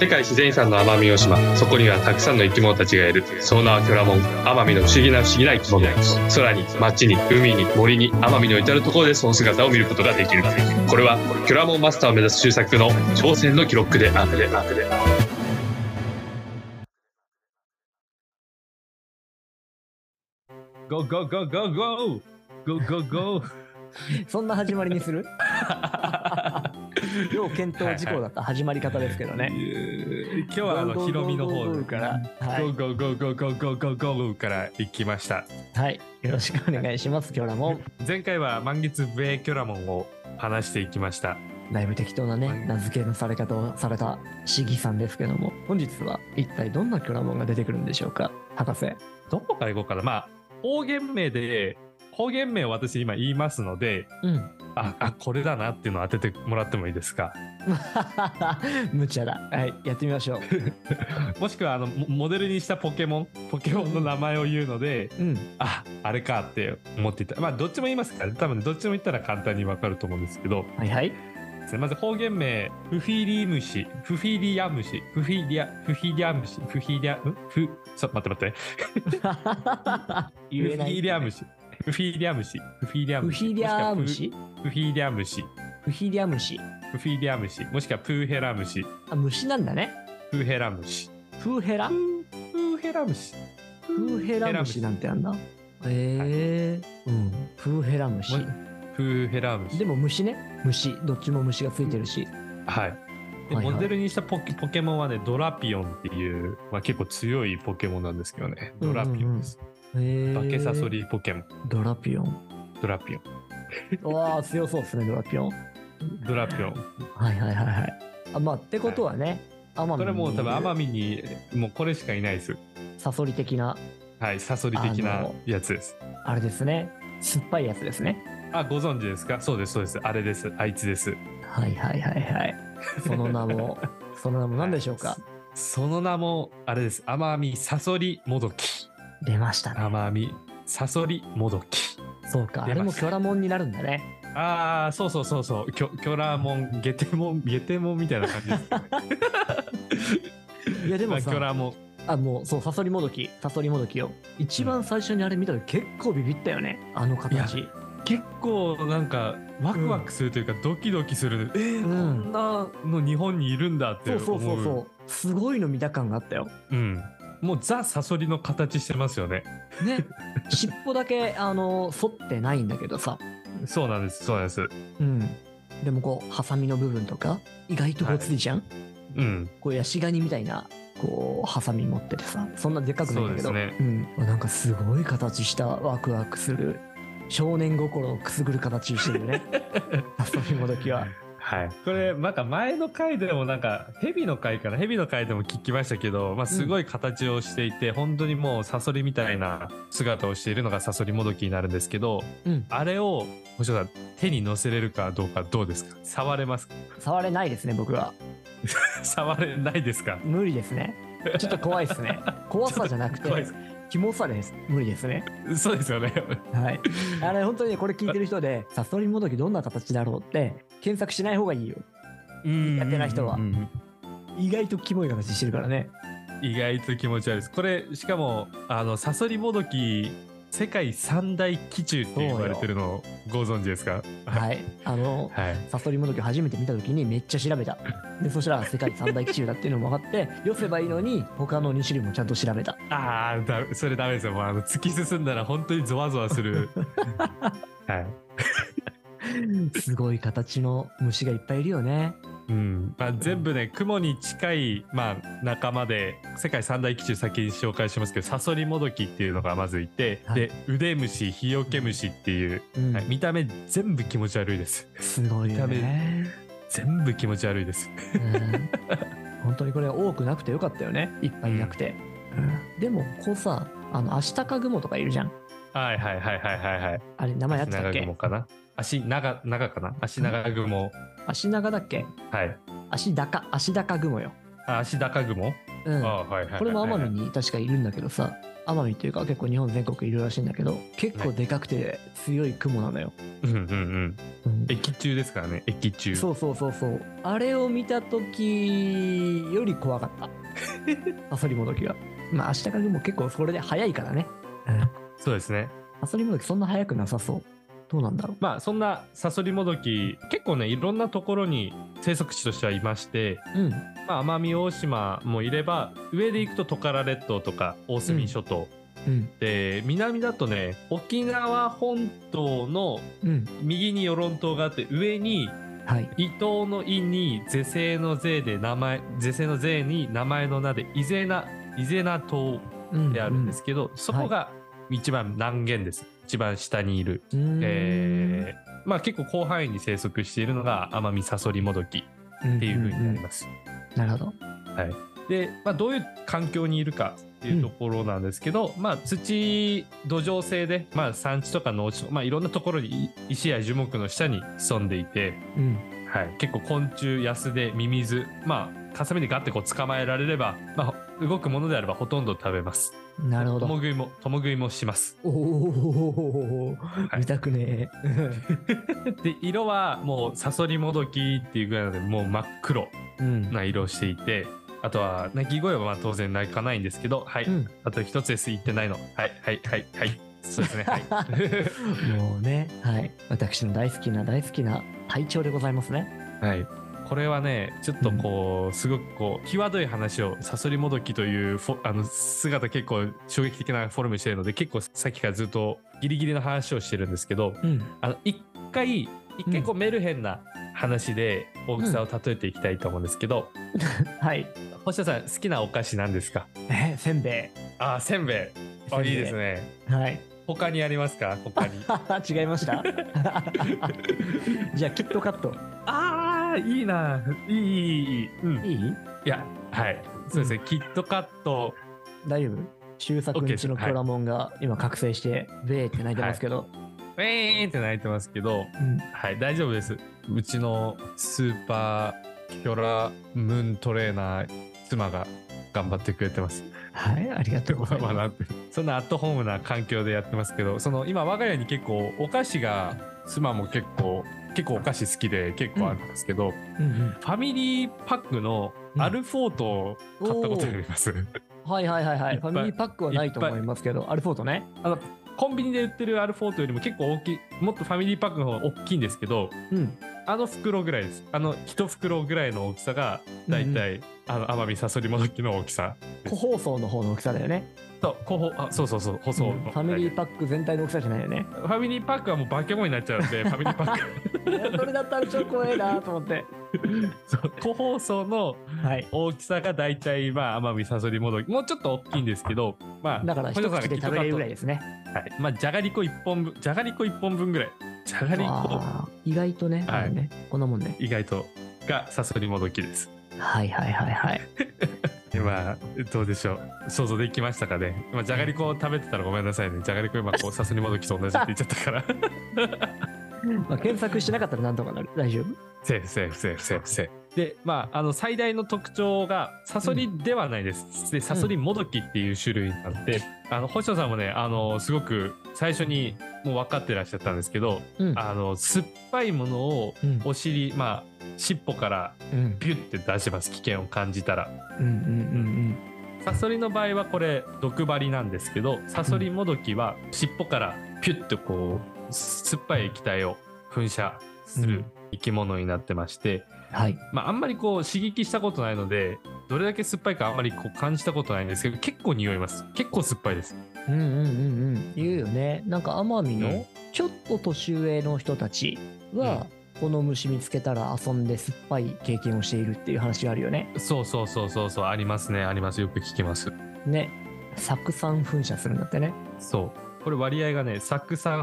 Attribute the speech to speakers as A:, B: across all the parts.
A: 世界自然遺産の奄美大島そこにはたくさんの生き物たちがいるその名はキョラモン奄美の不思議な不思議な生き物空に街に海に森に奄美の至る所でその姿を見ることができるこれはキョラモンマスターを目指す周作の挑戦の記録であるであるで
B: ゴーゴーゴーゴーゴーゴーゴーゴー
C: そんな始まりに する要検討事項だった始まり方ですけどね。
B: 今日はあのヒロミの方
C: ゴーゴーゴーゴーゴーからはい
B: ゴーゴーゴーゴーゴーゴーゴーゴーから行きました
C: はい。よろしくお願いします、今日らも。
B: 前回は満月ベイキョラモンを話していきました
C: だいぶ適当なね、名付けのされ方をされた市議さんですけども、本日は一体どんなキョラモンが出てくるんでしょうか、博士。
B: どこから行こうかなまあ方言名で方言名を私今言いますので
C: うん。
B: ああこれだなっていうのを当ててもらってもいいですか
C: 無茶だ。はい、やってみ ましょう。
B: もしくはあのモモデルにしたポケモンポケモンの名前を言うので
C: うん。
B: ああれかって思っていたまあどっちも言いますからね多分どっちも言ったら簡単にわかると思うんですけど
C: はいはい。
B: すいません方言名フフィリムシフフィリアムシフフィリアフフィリアムシフフィリアんフちょっと待って待って
C: 言え
B: フ
C: な
B: フィ
C: い。
B: リアムシフフィリアムシフフィリア
C: ウ
B: ムシ
C: ヒリアムシ
B: フフィリアムシ
C: ウヒリアムシ。
B: フフィリアムシもしくはプーヘラムシ
C: あ、虫なんだね。
B: プーヘラムシ
C: フーヘラ
B: プープーヘラムシプ
C: フーヘラムシなんてあんだ。へえうん。フーヘラムシ。
B: プーヘラムシ
C: でも虫ね。虫。どっちも虫がついてるし。
B: はい。で
C: はいはい
B: モデルにしたポケポケモンはね、ドラピオンっていう、まあ、結構強いポケモンなんですけどね。ドラピオンです。
C: へえ
B: バケサソ。リポケモン。
C: ドラピ オン。
B: ドラピオン。
C: わあ、強そうですね、ドラピオン。
B: ドラピオン。
C: はいはいはいはい。あ、まあ、ってことはね。奄美
B: これもう多分奄
C: 美
B: 美に、もうこれしかいないです。
C: サソリ的な
B: はい、サソリ的
C: あ
B: な
C: の
B: やつです。
C: あれですね酸っぱいやつですね
B: あご存知ですかそうです、そうです。あれです。あいつです。
C: はいはいはいはいその名 もその名も何でしょうか
B: その名も、あれです。奄美サソリもどき。
C: 出ましたね
B: 奄美サソリもどき。
C: そうかあ
B: 出ました
C: れもキョラモンになるんだね
B: ああ、そうそうそうそう。キョキョラモン、ゲテモ ン、ゲテモンみたいな感じですね。
C: い やでもさ
B: まあキョラモン。
C: あもうそうサソリもどきサソリもどきよ一番最初にあれ見た時結構ビビったよねあの形
B: 結構なんかワクワクするというかドキドキする、えー
C: う
B: こ
C: ん
B: んなの日本にいるんだって思
C: そう
B: う
C: そうそうそうすごいの見た感があったよ
B: うん、もうザ・サソリの形してますよね
C: ね尻尾だけあの反ってないんだけどさ
B: そうなんですそうなんです
C: うんでもこうハサミの部分とか意外とごついじゃん、
B: うん
C: こうヤシガニみたいなこうハサミ持っててさそんなでっかくないんだけど
B: そうです
C: うん、なんかすごい形したワクワクする少年心をくすぐる形して るよね遊びもどきは
B: はい、これなんか前の回でもなんかヘビの回かなヘビの回でも聞きましたけど、まあ、すごい形をしていて、本当にもうサソリみたいな姿をしているのがサソリもどきになるんですけど
C: うん
B: あれを星野さん手に乗せれるかどうかどうですか触れますか
C: 触れないですね僕は
B: 触れないですか
C: 無理ですねちょっと怖いで すね怖さじゃなくて
B: 怖いです
C: キモさです無理ですね
B: そうですよね。
C: はいあれ本当にねこれ聞いてる人でサソリもどきどんな形だろうって検索しない方がいいよ
B: や
C: 苦手な人は意外とキモい形してるからね
B: 意外と気持ち悪いです。これ、しかも、あの、サソリもどき、世界三大奇獣って言われてるのをご存知ですか
C: はいあの
B: はい。
C: サソリもどきを初めて見た時にめっちゃ調べたでそしたら世界三大奇獣だっていうのも分かって寄せばいいのに他の2種類もちゃんと調べた
B: ああ、だそれダメですよ。もうあの突き進んだら本当にゾワゾワす る。はい。
C: すごい形の虫がいっぱいいるよね
B: うん。まあ、全部ね、雲に近い、まあ、仲間で、世界三大奇獣先に紹介しますけど、サソリもどきっていうのがまずいて、
C: はい
B: で、腕虫、日よけ虫っていう、
C: うん、
B: はい、見た目全部気持ち悪いです。
C: すごいよね、
B: 全部気持ち悪いです。
C: うん、本当にこれ多くなくてよかったよねいっぱいいなくて、うんでもこうさあのアシタカグモとかいるじゃん
B: はいはいはいはいはいはい。
C: あれ名前あったっ
B: 足長
C: け
B: 雲かな足長、長かな足長雲。
C: 足長だっけ
B: はい。
C: 足高足高グモよ、
B: あ足高雲、
C: うん、
B: あはいはいはいはい。
C: これも奄美に確かいるんだけどさ奄美というか結構日本全国いるらしいんだけど結構でかくて強い雲なのよ、
B: うんうんうん。
C: うん
B: 駅中ですからね、駅中。
C: そうそうそうそうあれを見た時より怖かった サソリもどきがまあ足高雲結構それで速いからね
B: そうですね。
C: サソリもどきそんな速くなさそうどうなんだろう
B: まあそんなサソリモドキ、結構ね、いろんなところに生息地としてはいまして、
C: うん
B: まあ、奄美大島もいれば上で行くとトカラ列島とか大隅諸島、
C: うん
B: で南だとね沖縄本島の
C: うん
B: 右に与論島があって上に
C: はい
B: 伊東の「伊」に是正の「税」で名前是正の「税」に名前の「名」で伊是名伊是名島であるんで、すけど、そこが一番南限です、一番下にいる、
C: うんうん、
B: えーまあ、結構広範囲に生息しているのがアマミサソリモドキ
C: っ
B: っていう風になります。
C: なるほど
B: で、まあ、どういう環境にいるかっていうところなんですけど、まあ、土土壌性で、まあ、産地とか農地とか、まあ、いろんなところにい石や樹木の下に潜んでいて、
C: うん
B: はい、結構昆虫ヤスでミミズまあかさみでガッてこう捕まえられれば、まあ、動くものであればほとんど食べます
C: なるほ
B: 共
C: ど
B: 食いも共食いもします
C: おお、
B: はい
C: 見たくね
B: で色はもうサソリモドキっていうぐらいなのでもう真っ黒
C: えうん
B: な色をしていてあとは鳴き声はまあ当然鳴かないんですけどはい、
C: うん
B: あと一つです。言ってないの。はい、はい、はい、はい。そうですね。はい。
C: もうね、はい、私の大好きな大好きな隊長でございますね。
B: はい。これはね、ちょっとこう、すごくこう、際どい話を、サソリモドキというフォあの姿結構衝撃的なフォルムしてるので、結構さっきからずっとギリギリの話をしてるんですけど、
C: うん、
B: あの、一回、一回こうメルヘンな話で大きさを例えていきたいと思うんですけど、
C: はい、
B: 星田さん好きなお菓子なんですか
C: えせんべ
B: あー、せんべい。あ、いいですね。
C: い。はい、
B: 他にありますか他に。
C: 違いました。 じゃあ、キットカット。
B: ああ、いいな。いい、いい、いい。うん。
C: いい
B: いや、はい。そうですね。キットカット。
C: 大丈夫周作ん
B: OK
C: ちの
B: です
C: コラモンが今覚醒して、べーって泣いてますけど。
B: ウェーンって泣いてますけど、
C: うん
B: はい、大丈夫です。うちのスーパーキョラムーントレーナー妻が頑張ってくれて ます。
C: はい、ありがとうございます。
B: 笑ってるそんなアットホームな環境でやってますけど、その今我が家に結構お菓子が妻も結構結構お菓子好きで結構あるんですけど、
C: うん
B: ファミリーパックのアルフォートを買ったことがあります。
C: うんはいはいはいはいい。
B: っぱい
C: ファミリーパックはないと思いますけど、アルフォートね。
B: コンビニで売ってるアルフォートよりも結構大きい、もっとファミリーパックの方が大きいんですけど、
C: うん。
B: あの袋ぐらいです。あの一袋ぐらいの大きさが、だいたい、あの、奄美サソリモドキの大きさ。
C: 個包装の方の大きさだよね。
B: と、後方、あ、そうそうそう、細
C: う
B: の、
C: んファミリーパック全体の大きさじゃないよね。
B: ファミリーパックはもう化け物になっちゃ うんで、ファミリーパック。
C: いやそれだったら超怖えなと思って。
B: そう、個包装の
C: はい。
B: 大きさがだいたい、まあ、奄美サソリモドキ、もうちょっと大きいんですけど、まあ、
C: だから
B: 小
C: 一
B: 田さん
C: 口で食べれるぐらいですね。
B: はい。まあ、じゃがりこ一本分、じゃがりこ一本分ぐらい。じゃがりこ、
C: あー意外とね、
B: はい
C: あのねこんなもんね。
B: 意外と、がサソリモドキです。
C: はいはいはいはい。
B: 今どうでしょう想像できましたかね今じゃがりこを食べてたらごめんなさいねじゃがりこ今こうさすにもどきと同じって言っちゃったから
C: まあ、検索してなかったらなんとかなる。大丈夫。
B: セーフセーフセーフセーフセーフでまああの最大の特徴がサソリではないです、でサソリもどきっていう種類なので、あの星野さんもねあのすごく最初にもう分かってらっしゃったんですけど
C: うん。
B: あの酸っぱいものを
C: うん
B: お尻まあ尻尾から
C: うん
B: ビュッて出します危険を感じたら
C: うんうん
B: サソリの場合はこれ毒針なんですけどサソリもどきは尻尾からピュッとこう酸っぱい液体を噴射す
C: う
B: る
C: ん
B: 生き物になってまして、
C: うん。はい。
B: まあ、あんまりこう刺激したことないのでどれだけ酸っぱいかあんまりこう感じたことないんですけど結構匂います結構酸っぱいです
C: うんうんうんうん。言うよね。なんか奄美
B: うん
C: のちょっと年上の人たちは、この虫見つけたら遊んで酸っぱい経験をしているっていう話があるよね。
B: そうそうそうそうそうありますねありますよく聞きます
C: ね。酢酸噴射するんだってね。
B: そうこれ割合がね酢酸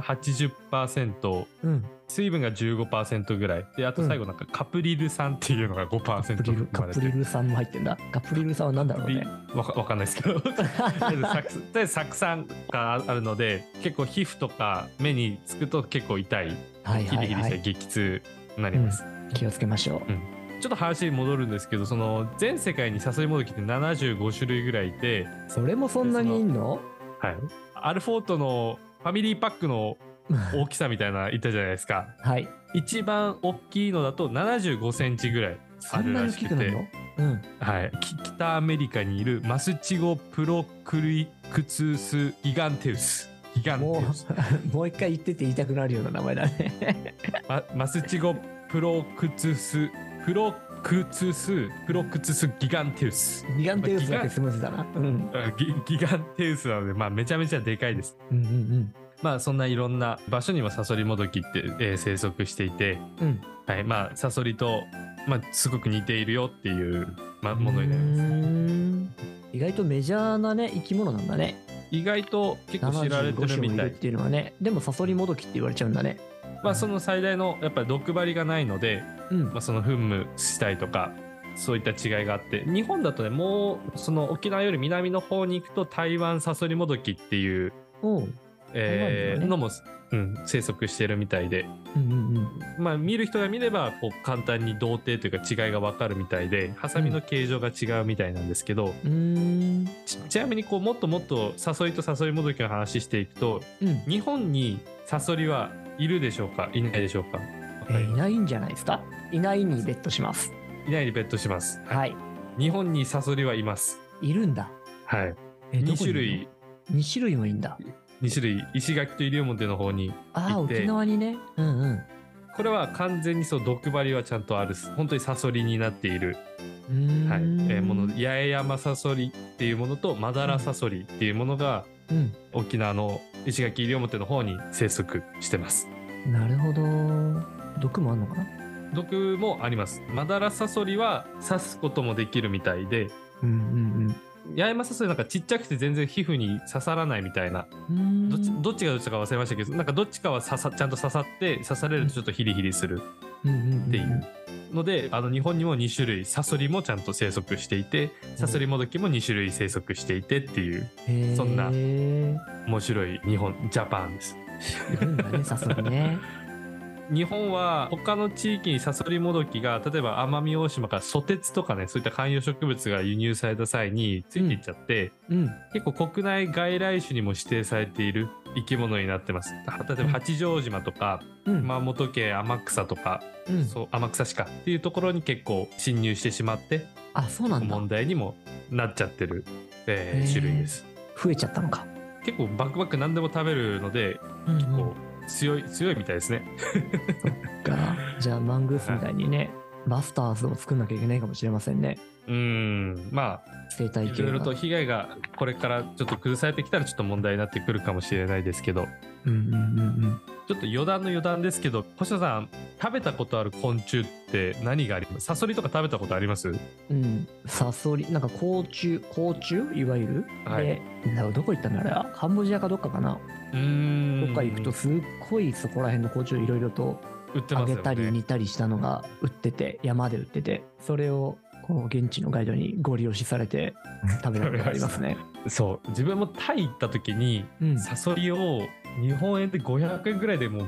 B: 80%
C: うん。
B: 水分が15%ぐらいであと最後なんかカプリル酸っていうのが5%
C: カプリル、
B: 含
C: カ
B: まれ
C: プ
B: て
C: リル酸も入ってんだ。カプリル酸は何だろうね。
B: わかわかんないですけ どとりあえず酢とりあえず酢酸があるので結構皮膚とか目につくと結構痛い
C: はい
B: ヒ
C: は
B: リ
C: い
B: ヒリし
C: は
B: た
C: い。
B: 激痛になります、
C: 気をつけましょう。
B: ちょっと話に戻るんですけどその全世界に誘い戻りって75種類ぐらいいて
C: それもそんなにいんの
B: はい、アルフォートのファミリーパックの大きさみたいな言ったじゃないですか
C: はい。
B: 一番大きいのだと7 5ンチぐらい
C: そ
B: あ
C: ん
B: る
C: な
B: ら
C: に大
B: し
C: き
B: く
C: くなる
B: て、
C: のうん。
B: はい、き北アメリカにいるマスチゴプロクリクツスギガンテウスギガンテ
C: も
B: ウス
C: う、 もう一回言ってて言いたくなるような名前だね。
B: ママスチゴプロクツスプロクツスプロクツスギガンテウス
C: ギガンテウスだけスムーズだな。うん。
B: あギギガンテウスなので、まあ、めちゃめちゃでかいです。
C: うんうん
B: まあそんないろんな場所にはサソリモドキって、えー生息していて、
C: うん。うん。
B: はいまあ、サソリと、まあ、すごく似ているよっていう、まあ、ものになります。
C: す。意外とメジャーなね、生き物なんだね。
B: 意外と結構知られて
C: 75
B: る
C: 種も
B: み
C: い
B: た
C: る
B: い
C: っ。ていうのはね、でもサソリもどきって言われちゃうんだね。
B: まあその最大のやっぱり毒針がないので、
C: うん
B: まあ、。その噴霧したりとかそういった違いがあって日本だとねもうその沖縄より南の方に行くと台湾サソリモドキっていう、
C: おう
B: えー
C: 台湾
B: の
C: に
B: も、うん、生息してるみたいで。
C: うんうんうん。
B: まあ、見る人が見ればこう簡単に同定というか違いが分かるみたいでハサミの形状が違うみたいなんですけど、
C: うーん。
B: ちちなみにこうもっともっとサソリとサソリもどきの話していくと
C: うん。
B: 日本にサソリはいるでしょうかいないでしょうか、
C: えーいないんじゃないですかいないにベットします。
B: いないにベットします
C: はい。
B: 日本にサソリはいます
C: いるんだ。
B: はい
C: え
B: 2種。類
C: 2種類もいいんだ。
B: 2種類石垣と西表の方に
C: ああ、
B: いて
C: 沖縄にね。うんうん。
B: これは完全にそう毒針はちゃんとある本当にサソリになっている
C: うーん
B: はいえーもの八重山サソリっていうものとマダラサソリっていうものが
C: うん。
B: 沖縄の石垣西表の方に生息してます
C: なるほど。毒もあんのかな
B: 毒もありますマダラサソリは刺すこともできるみたいで
C: うんうん
B: 八重山サソリなんかちっちゃくて全然皮膚に刺さらないみたいな
C: うん。
B: どっち
C: うーん
B: どっちがどっちか忘れましたけどなんかどっちかは刺さちゃんと刺さって刺されるとちょっとヒリヒリする
C: うんんん
B: っていうのであの日本にも2種類サソリもちゃんと生息していてサソリモドキも2種類生息していてっていう
C: へー
B: そんない面白い日本ジャパンです
C: るんだね、さすがね。
B: 日本は他の地域にサソリモドキが例えば奄美大島からソテツとかねそういった観葉植物が輸入された際についていっちゃって、
C: うん。
B: 結構国内外来種にも指定されている生き物になってます例えば八丈島とか
C: うん。
B: 熊本県天草とか、
C: うん、
B: そう天草市かっていうところに結構侵入してしまって
C: あ、そうなんだ
B: 問。題にもなっちゃってる、えー
C: へー
B: 種類です
C: 増えちゃったのか。
B: 結構バクバク何でも食べるので
C: うんうん
B: こう強い強いみたいですね
C: かじゃあマングースみたいにね、バスターズを作んなきゃいけないかもしれませんね
B: うんまあ
C: 生態
B: い
C: 系
B: ろい
C: が
B: ろと被害がこれからちょっと崩されてきたらちょっと問題になってくるかもしれないですけど
C: うんうんうん
B: ちょっと余談の余談ですけど星野さん食べたことある昆虫って何がありますサソリとか食べたことあります
C: うんうんサソリなんか甲虫甲虫いわゆる、
B: はい
C: でなどこ行ったんだあれカンボジアかどっかかな
B: うん
C: どっか行くとすっごいそこら辺の甲虫いろいろと
B: 売って
C: 揚
B: ますよ、ね、
C: げたり煮たりしたのが売ってて山で売っててそれをこう現地のガイドにご利用しされて食べたことがありますね。
B: そう自分もタイ行った時に
C: うん、
B: サソリを日本円で500円ぐらいでもう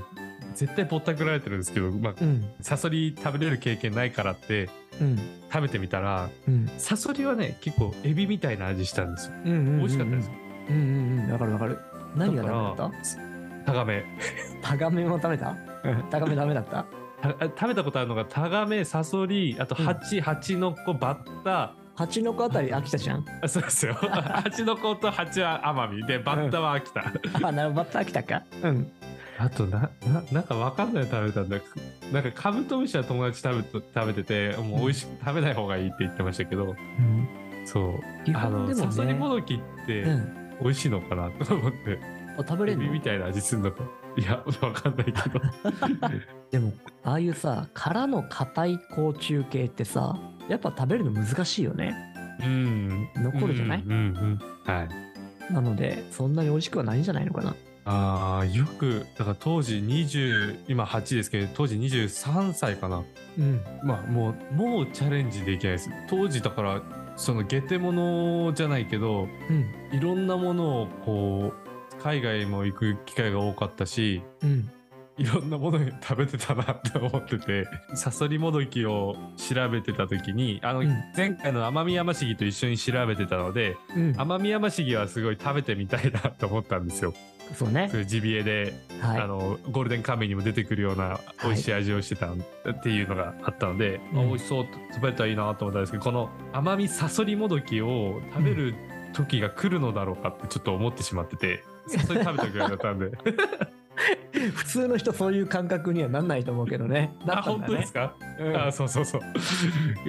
B: 絶対ぼったくられてるんですけど、まあ、
C: うん、
B: サソリ食べれる経験ないからって
C: うん、
B: 食べてみたら
C: うん、
B: サソリはね結構エビみたいな味したんですよ
C: うんうん、うん、
B: 美味しかったですよ、
C: うんうんうん、わかるわかる。何がダメだった
B: タガメ
C: タガメも食べたタガメダメだった
B: たあ食べたことあるのがタガメサソリあと
C: うん
B: ハチ、ハチノコバッタ
C: ハチノコあたり飽きたじゃん。
B: あそうです よハチノコとハチは奄美でバッタは秋田、
C: あ、なるほど、飽きたか。うん。
B: あとなななんか分かんないの食べたんだなんかカブトムシは友達食べと食べててもう美味しく、食べない方がいいって言ってましたけどそう
C: 基
B: あ
C: 本
B: の、
C: でも
B: サソリも
C: ね。
B: どきって
C: うん。
B: 美味しいのかなと思って、
C: あ食べ
B: エ
C: れ
B: ビ
C: る
B: み
C: の
B: たいな味するのかいや分かんないけ ど
C: でも、ああいうさ、殻の硬い甲虫系ってさ、やっぱ食べるの難しいよね。
B: うん
C: 残るじゃない
B: うんうんうんはい
C: なので、そんなに美味しくはないんじゃないのかな。
B: ああよくだから当時20今8ですけど当時23歳かな
C: うん。
B: まあもうもうチャレンジできないです当時だからそのゲテモノじゃないけど
C: うん。
B: いろんなものをこう海外も行く機会が多かったし
C: うん。
B: いろんなもの食べてたなって思っててサソリもどきを調べてた時にあの、
C: うん
B: 前回の奄美ヤマシギと一緒に調べてたので
C: うん、
B: 奄美ヤマシギはすごい食べてみたいなと思ったんですよ。
C: そうね
B: そう。いうジビエで、
C: はい
B: あ。のゴールデンカムイにも出てくるようない美味しい味をしてたっていうのがあったので、
C: うん
B: あ美味しそう食べたらいいなと思ったんですけどこの奄美サソリもどきを食べる時が来るのだろうかってちょっと思ってしまってて。サソリ食べたくらいだったんで
C: 普通の人そういう感覚にはなんないと思うけどね。だ
B: あ
C: ったん
B: 本
C: だ
B: 当で
C: ね
B: す。か
C: うん
B: あそうそうそう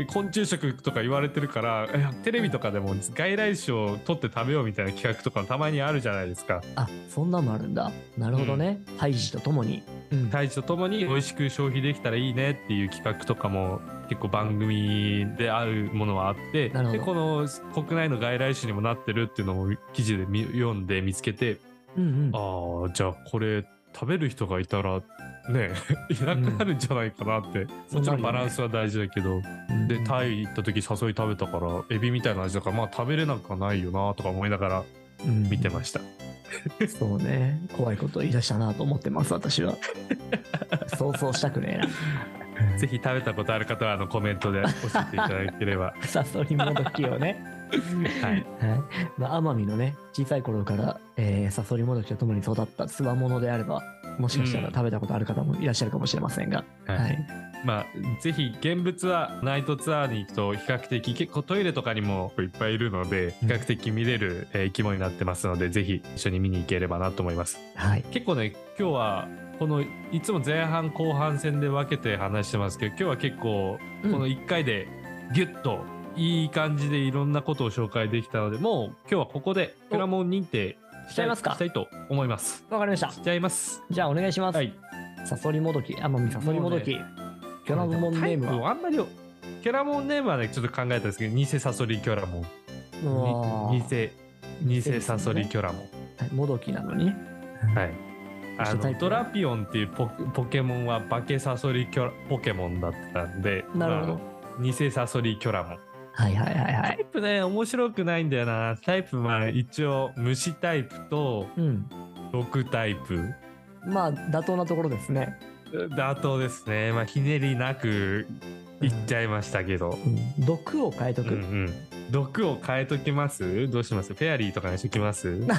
B: 昆虫食とか言われてるからいやテレビとかでも外来種を取って食べようみたいな企画とかたまにあるじゃないですか
C: あ、そんなんもあるんだ。なるほどね。胎児とともに。うん
B: 大地とともに美味しく消費できたらいいねっていう企画とかも結構番組であるものはあって
C: なるほ
B: で
C: ど
B: この国内の外来種にもなってるっていうのを記事で見読んで見つけて
C: うん
B: ああじゃあこれ食べる人がいたらね いなくなるんじゃないかなって、
C: うん
B: もちろん
C: そうなるよね
B: バランスは大事だけど。
C: うん。
B: でタイ行った時誘い食べたからエビみたいな味だからまあ食べれなくはないよなとか思いながら見てました、
C: す。そうね。怖いこと言い出したなと思ってます、私は。そうそうしたくね
B: ぜひ食べたことある方はあのコメントで教えていただけ れば
C: えな。サソリもどきを ね。
B: はい
C: はい。まあ、奄美のね、小さい頃から、えーサソリもどきとともに育ったつわものであれば、もしかしたら食べたことある方もいらっしゃるかもしれませんが。
B: はい
C: はい。
B: まあぜひ現物はナイトツアーに行くと比較的結構トイレとかにもいっぱいいるので比較的見れる、えー生き物になってますのでぜひ一緒に見に行ければなと思います
C: はい。
B: 結構ね今日はこのいつも前半後半戦で分けて話してますけど今日は結構
C: うん
B: この1回でギュッといい感じでいろんなことを紹介できたのでもう今日はここで
C: お
B: くらもん認定
C: しちゃいますか
B: したいと思います
C: わかりました。
B: しちゃいます
C: じゃあ、お願いします。
B: はい
C: サソリもどき、奄美サソリもどき。キャラモンネームは
B: はあんまりキャラモンネームはねちょっと考えたんですけど偽サソリキャラモ
C: うわ
B: ンに
C: ー
B: 偽偽サソリキャラモン
C: はいもどきなのにね。
B: はい。あ
C: 初タイプ
B: のドラピオンっていうポポケモンは化けサソリキョラポケモンだったんで、
C: なるほど
B: まあ偽サソリキョラモン。
C: はいはいはいは
B: タ
C: い。
B: イプね、面白くないんだよな。タイプは一応虫タイプと
C: うん。
B: 毒タイプ。
C: まあ、妥当なところですね。
B: 妥当ですね。まあ、ひねりなくいっちゃいましたけど。
C: うん毒を変えと
B: うん、う
C: く。
B: ん。毒を変えときますどうしますフェアリーとかにしときます フ
C: フ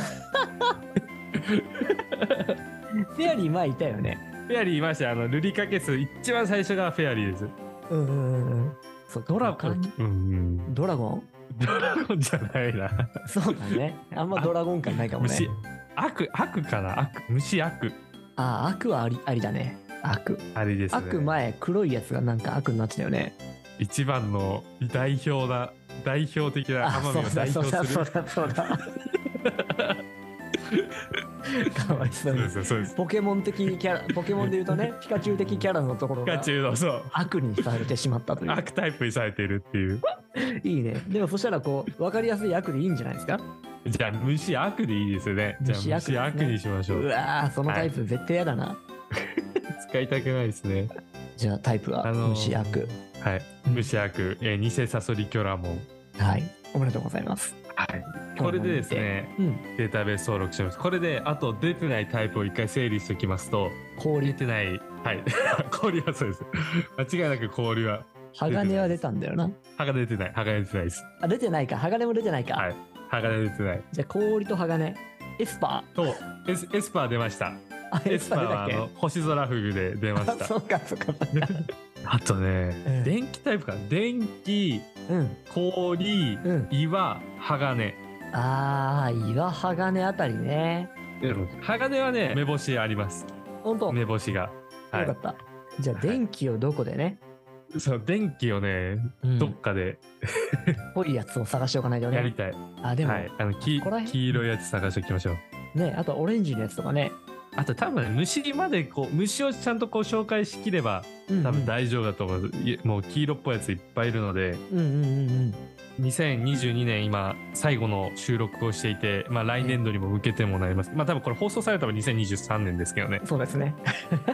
C: ェアリー前いたよね。
B: ェアリーいました。あの、ルリカケス、一番最初がフェアリーです。
C: うんうんうんうん。そう、
B: ド
C: ド
B: ラゴン。うんうん。
C: ドラゴン
B: ドラゴンじゃないな。
C: そうだね。あんまドラゴン感ないかもね
B: 虫。悪悪かな悪虫悪
C: ああ、悪はありありだね。悪。
B: あれですね
C: 悪前、黒いやつがなんか悪になってたよね。
B: 一番の代表な代表的な
C: あ、
B: 奄
C: そ
B: 美
C: う
B: を代
C: だそうだ
B: 表す
C: そ
B: る
C: うだ そうだ。かわいそ
B: そううで
C: に。
B: すそうです
C: ポケモン的キ ャラ、ポケモンで言うとね、ピカチュウ的キャラのところ
B: ピカ
C: が
B: チュウのそう
C: 悪にされてしまっ たという。
B: 悪タイプにされてるっていう
C: いいね。でもそしたらこう、わかりやすい悪でいいんじゃないですか
B: じゃあ虫悪でいいですよねじゃあ
C: 虫悪ですね
B: 虫悪にしまし
C: う
B: ょう
C: わー、そのタイプ絶対嫌だな。
B: 使いたくないですね
C: じゃあタイプは
B: あのー
C: 虫悪。
B: はい虫悪、えー、偽サソリキョラモン
C: はい。おめでとうございます。
B: はいこれでですね
C: うん。
B: データベース登録しますこれであと出てないタイプを一回整理しておきますと出
C: 氷。
B: てないはい 氷はそうです間違いなく氷は
C: 鋼は出たんだよな。
B: 歯が出てない歯が出てないです
C: あ、出てないか。鋼も出てないか。
B: はい歯が出てない
C: じゃあ氷と鋼。エスパ
B: とエスエスパー出ました
C: ー。あ、
B: エスパーはあ
C: エス
B: の星空フグで出ま
C: 出たっ
B: し
C: け
B: た
C: あ、そうか、そうか。
B: あとね
C: うん
B: 電気タイプか電気
C: うん。
B: 氷
C: うん。
B: 岩鋼
C: あー、岩鋼あたりね。
B: 鋼はね目星あります
C: ほんと。よ
B: 目星がは
C: かった。じゃあ電気をどこでね。
B: いその電気をね
C: うん
B: どっかで
C: ぽいやつを探しておかないと
B: やり
C: ね。
B: たい、
C: あ、でも
B: はいあのき
C: ここら辺
B: 黄色いやつ探しておきましょう
C: ね、あとオレンジのやつとかね。
B: あと多分ね虫までこう虫をちゃんとこう紹介しきれば
C: うんうん
B: 多分大丈夫だと思う、いもう黄色っぽいやついっぱいいるので
C: うんうんうんうん。
B: 2022年今最後の収録をしていて、まあ、来年度にも向けてもなります、まあ多分これ放送されたのは2023年ですけどね
C: そうですね。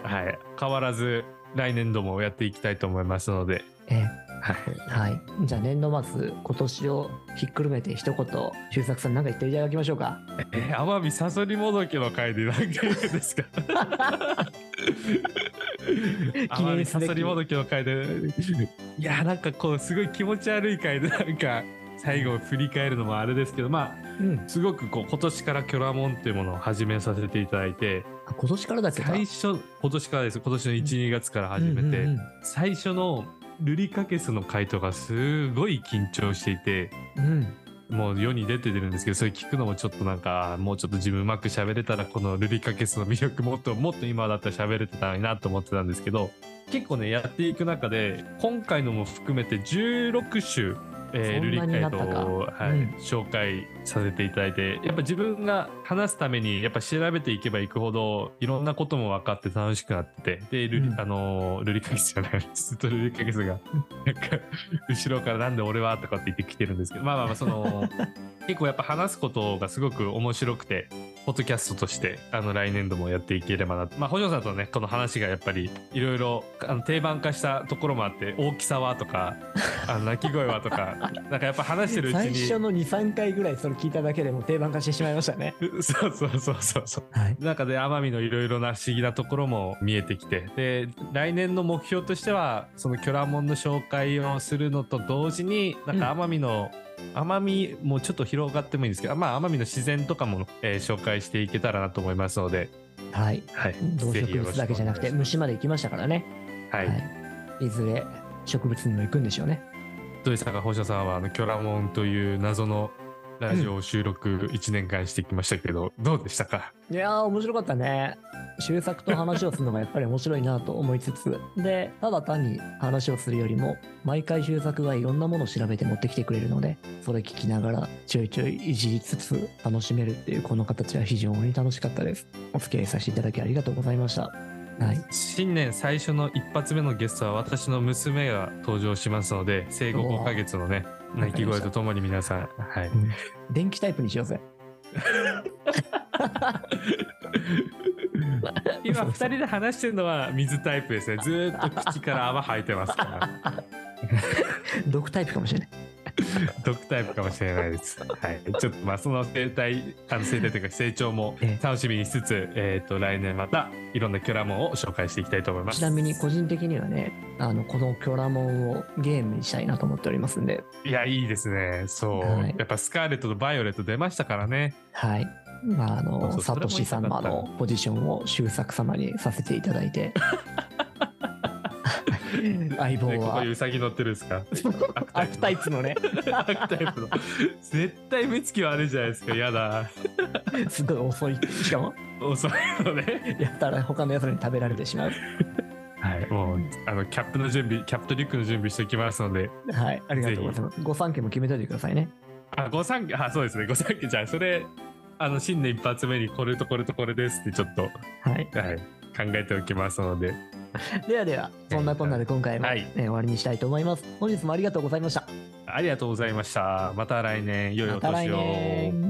B: はい変わらず来年度もやっていきたいと思いますので
C: ええ
B: はい。
C: はい。じゃあ年度末、今年をひっくるめて一言、周作さんなんか言っていただきましょうか。
B: えー、アマビサソリもどきの回で何回言うんです かアマビサソリもどきの回で、いや、なんかこう、すごい気持ち悪い回で、なんか、最後振り返るのもあれですけど、ま
C: うん
B: あ、。すごくこう、今年からキョラモンっていうものを始めさせていただいて、
C: あ今年からだっけか
B: 最初、今年からです。今年の1、2月から始め
C: うんう
B: て
C: ん、
B: 最初のルリカケスの回とかすごい緊張していて、
C: うんうん
B: もう世に出てるんですけど、それ聞くのもちょっとなんか、もうちょっと自分うまく喋れたら、このルリカケスの魅力もっともっと今だったら喋れてたらいいなと思ってたんですけど、結構ね、やっていく中で、今回のも含めて16週、えー
C: そん
B: ルリ
C: な
B: カ
C: にな
B: ケ
C: っ
B: と、
C: たか
B: はい
C: うん
B: 紹介させていただいて、やっぱ自分が話すために、やっぱ調べていけばいくほど、いろんなことも分かって楽しくなってて、で、ルリ、
C: うん
B: あのールリカケスじゃない、ずっとルリカケスが、なんか、後ろからなんで俺はとかって言ってきてるんですけど、まあまあまあ、そ の、結構やっぱ話すことがすごく面白くて、ポッドキャストとして、あの、来年度もやっていければな。まあ、補助さんとね、この話がやっぱり、いろいろ、あの、定番化したところもあって、大きさはとか、あの、鳴き声はとか、なんかやっぱ話してるうち
C: 最初
B: に、
C: の2、3回ぐらいそれ聞いただけでも定番化してしまいましたね。
B: そうそうそうそうそう。
C: はい。
B: 中で奄美のいろいろな不思議なところも見えてきてで来年の目標としてはそのキョラモンの紹介をするのと同時になんか奄美の、奄美もちょっと広がってもいいんですけど、まあ、奄美の自然とかも、えー紹介していけたらなと思いますので、
C: はい。
B: はい、
C: 動植物だけじゃなくて
B: ぜひよろし
C: 虫まで行きましたからね。
B: くお願いしますはい
C: い。いずれ植物にも行くんでしょうね。
B: 土井さんが放射さんはあのキョラモンという謎のラジオを収録1年間してきましたけど、どうでしたか
C: いやー、面白かったね。修作と話をするのがやっぱり面白いなと思いつつ、で、ただ単に話をするよりも、毎回修作がいろんなものを調べて持ってきてくれるので、それ聞きながらちょいちょいいじりつつ楽しめるっていうこの形は非常に楽しかったです。お付き合いさせていただきありがとうございました。はい。
B: 新年最初の一発目のゲストは私の娘が登場しますので生後5ヶ月のね
C: おー
B: 泣き声とともに皆さん、はい、
C: 電気タイプにしようぜ。
B: 今2人で話してるのは水タイプですねずーっと口から泡吐いてます から
C: 毒タイプかもしれない。
B: 毒タイプかもしれないです、はい、ちょっとまあその生態あの生態というか成長も
C: え
B: 楽しみにしつつ、えー、と来年またいろんなキャラモンを紹介していきたいと思います
C: ちなみに個人的にはね、あの、このキョラモンをゲームにしたいなと思っておりますんで、
B: いやいいですねそう、
C: はい
B: やっぱスカーレットとバイオレット出ましたからね
C: はい。まあ、
B: そ
C: あ
B: うそ
C: の、
B: う
C: サトシ
B: それも
C: 様
B: 言いたかっ
C: のポジションを周作様にさせていただ いて。相棒
B: ねここ
C: は
B: にウサギ乗ってるんです か
C: 悪タイ プのね、
B: 悪タイプの絶対目つき悪いじゃないですかやだ
C: すごい遅い。しかも、
B: 遅いのね
C: やったら他の奴らに食べられてしまう。
B: はいもうあのキャップの準備キャップとリュックの準備しておきますので
C: はい。ありがとうございます。ご三家も決めといてくださいね。
B: あご三家あそうですねご三家じゃあそれあの新年一発目にこれとこれとこれですってちょっと、は
C: はい。
B: い、考えておきますので
C: ではでは、そんなこんなで今回も、
B: はい
C: えー終わりにしたいと思います。本日もありがとうございました。
B: ありがとうございましたまた来年良いお
C: また来
B: 年を。
C: 年。